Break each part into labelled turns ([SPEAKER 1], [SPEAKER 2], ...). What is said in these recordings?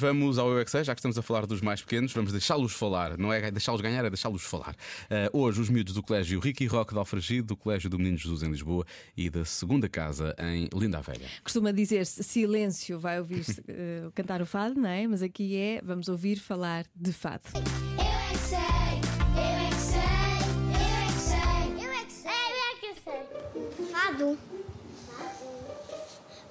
[SPEAKER 1] Vamos ao Eu é que Sei, já que estamos a falar dos mais pequenos, vamos deixá-los falar. Não é deixá-los ganhar, é deixá-los falar. Ah, hoje, os miúdos do Colégio Ricky Roque de Alfragido, do Colégio do Menino Jesus em Lisboa e da Segunda Casa em Linda a Velha.
[SPEAKER 2] Costuma dizer-se silêncio, vai ouvir eh, cantar o fado, não é? Mas aqui é vamos ouvir falar de fado.
[SPEAKER 3] Eu é que sei, eu é que sei, eu é que sei, eu é que sei, eu é que sei, eu é que sei. Fado.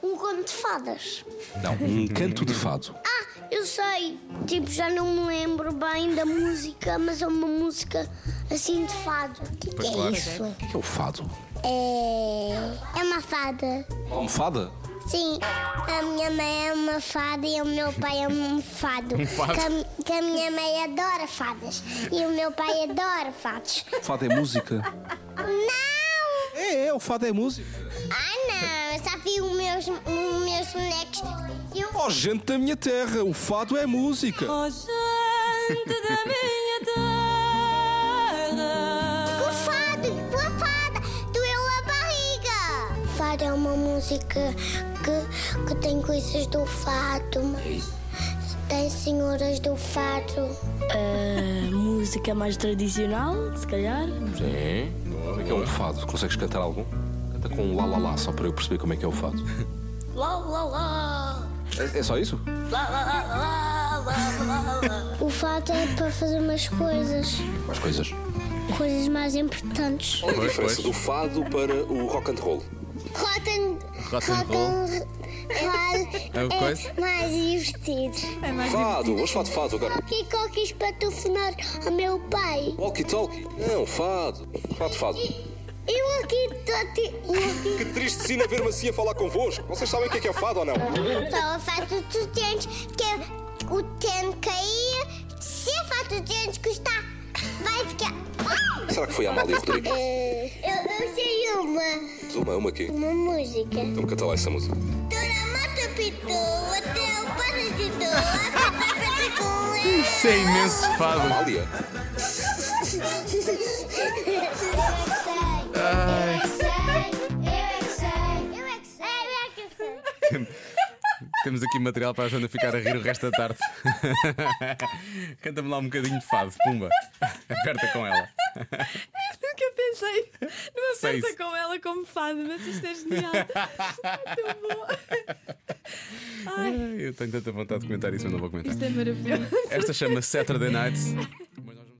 [SPEAKER 3] Um conto de fadas.
[SPEAKER 1] Não.
[SPEAKER 4] Um canto de fado.
[SPEAKER 3] Ah, eu sei. Tipo, já não me lembro bem da música, mas é uma música assim de fado. O que,
[SPEAKER 1] Pois é claro. isso?
[SPEAKER 4] O que é que é o fado?
[SPEAKER 3] É... é uma fada.
[SPEAKER 4] Um fada?
[SPEAKER 3] Sim, a minha mãe é uma fada e o meu pai é um fado.
[SPEAKER 1] fado.
[SPEAKER 3] Que, a, mi- que a minha mãe adora fadas e o meu pai adora fados.
[SPEAKER 4] O fado é música?
[SPEAKER 3] Ah, Não!
[SPEAKER 4] É, é, o fado é música.
[SPEAKER 3] Ah, não, eu só vi os meus, os meus bonecos. Eu...
[SPEAKER 4] Oh, gente da minha terra, o fado é música.
[SPEAKER 5] Oh, gente da minha terra.
[SPEAKER 3] O fado, tua fada, doeu a barriga. Fado é uma música que, que tem coisas do fado, mas tem senhoras do fado.
[SPEAKER 6] música mais tradicional, se calhar.
[SPEAKER 4] Sim. Como é que é um fado? Consegues cantar algum? Canta com um lá lá lá, só para eu perceber como é que é o fado.
[SPEAKER 6] Lá, lá, lá.
[SPEAKER 4] É, é só isso?
[SPEAKER 6] Lá, lá, lá, lá, lá, lá, lá.
[SPEAKER 3] O fado é para fazer umas coisas,
[SPEAKER 4] Mais coisas.
[SPEAKER 3] coisas mais importantes.
[SPEAKER 4] Qual é a diferença do fado para o rock and roll?
[SPEAKER 3] Rotten,
[SPEAKER 1] Rock and roll. É o é coisa?
[SPEAKER 3] mais divertido.
[SPEAKER 2] É mais
[SPEAKER 4] Fado, vamos falar de fado agora.
[SPEAKER 3] Que coquis para telefonar ao meu pai.
[SPEAKER 4] Walkie-talkie? Não, fado. Fado, fado.
[SPEAKER 3] Eu aqui estou
[SPEAKER 4] Que triste sina ver-me assim a falar convosco. Vocês sabem o que é que é fado ou não?
[SPEAKER 3] Só o fato dos dentes que é o tênis cair. Se o fato dos dentes custar, vai ficar. Ah!
[SPEAKER 4] Será que foi a Amália Rodrigues?
[SPEAKER 3] Eu, eu sei uma.
[SPEAKER 4] Uma, uma aqui.
[SPEAKER 3] Uma música.
[SPEAKER 4] Então canta lá essa música.
[SPEAKER 3] Toda mata pitou, até o padre pitou, até o padre pitou.
[SPEAKER 1] Isso é imenso fado.
[SPEAKER 4] Amália?
[SPEAKER 3] é
[SPEAKER 1] Temos aqui material para a Joana ficar a rir o resto da tarde. Canta-me lá um bocadinho de fado, pumba. Aperta com ela.
[SPEAKER 2] Nunca pensei numa
[SPEAKER 1] Sei
[SPEAKER 2] festa
[SPEAKER 1] isso.
[SPEAKER 2] com ela como fado, mas isto é genial. Muito bom. Ai,
[SPEAKER 1] Eu tenho tanta vontade de comentar isso, mas não vou comentar.
[SPEAKER 2] isto é maravilhoso.
[SPEAKER 1] Esta chama Saturday Night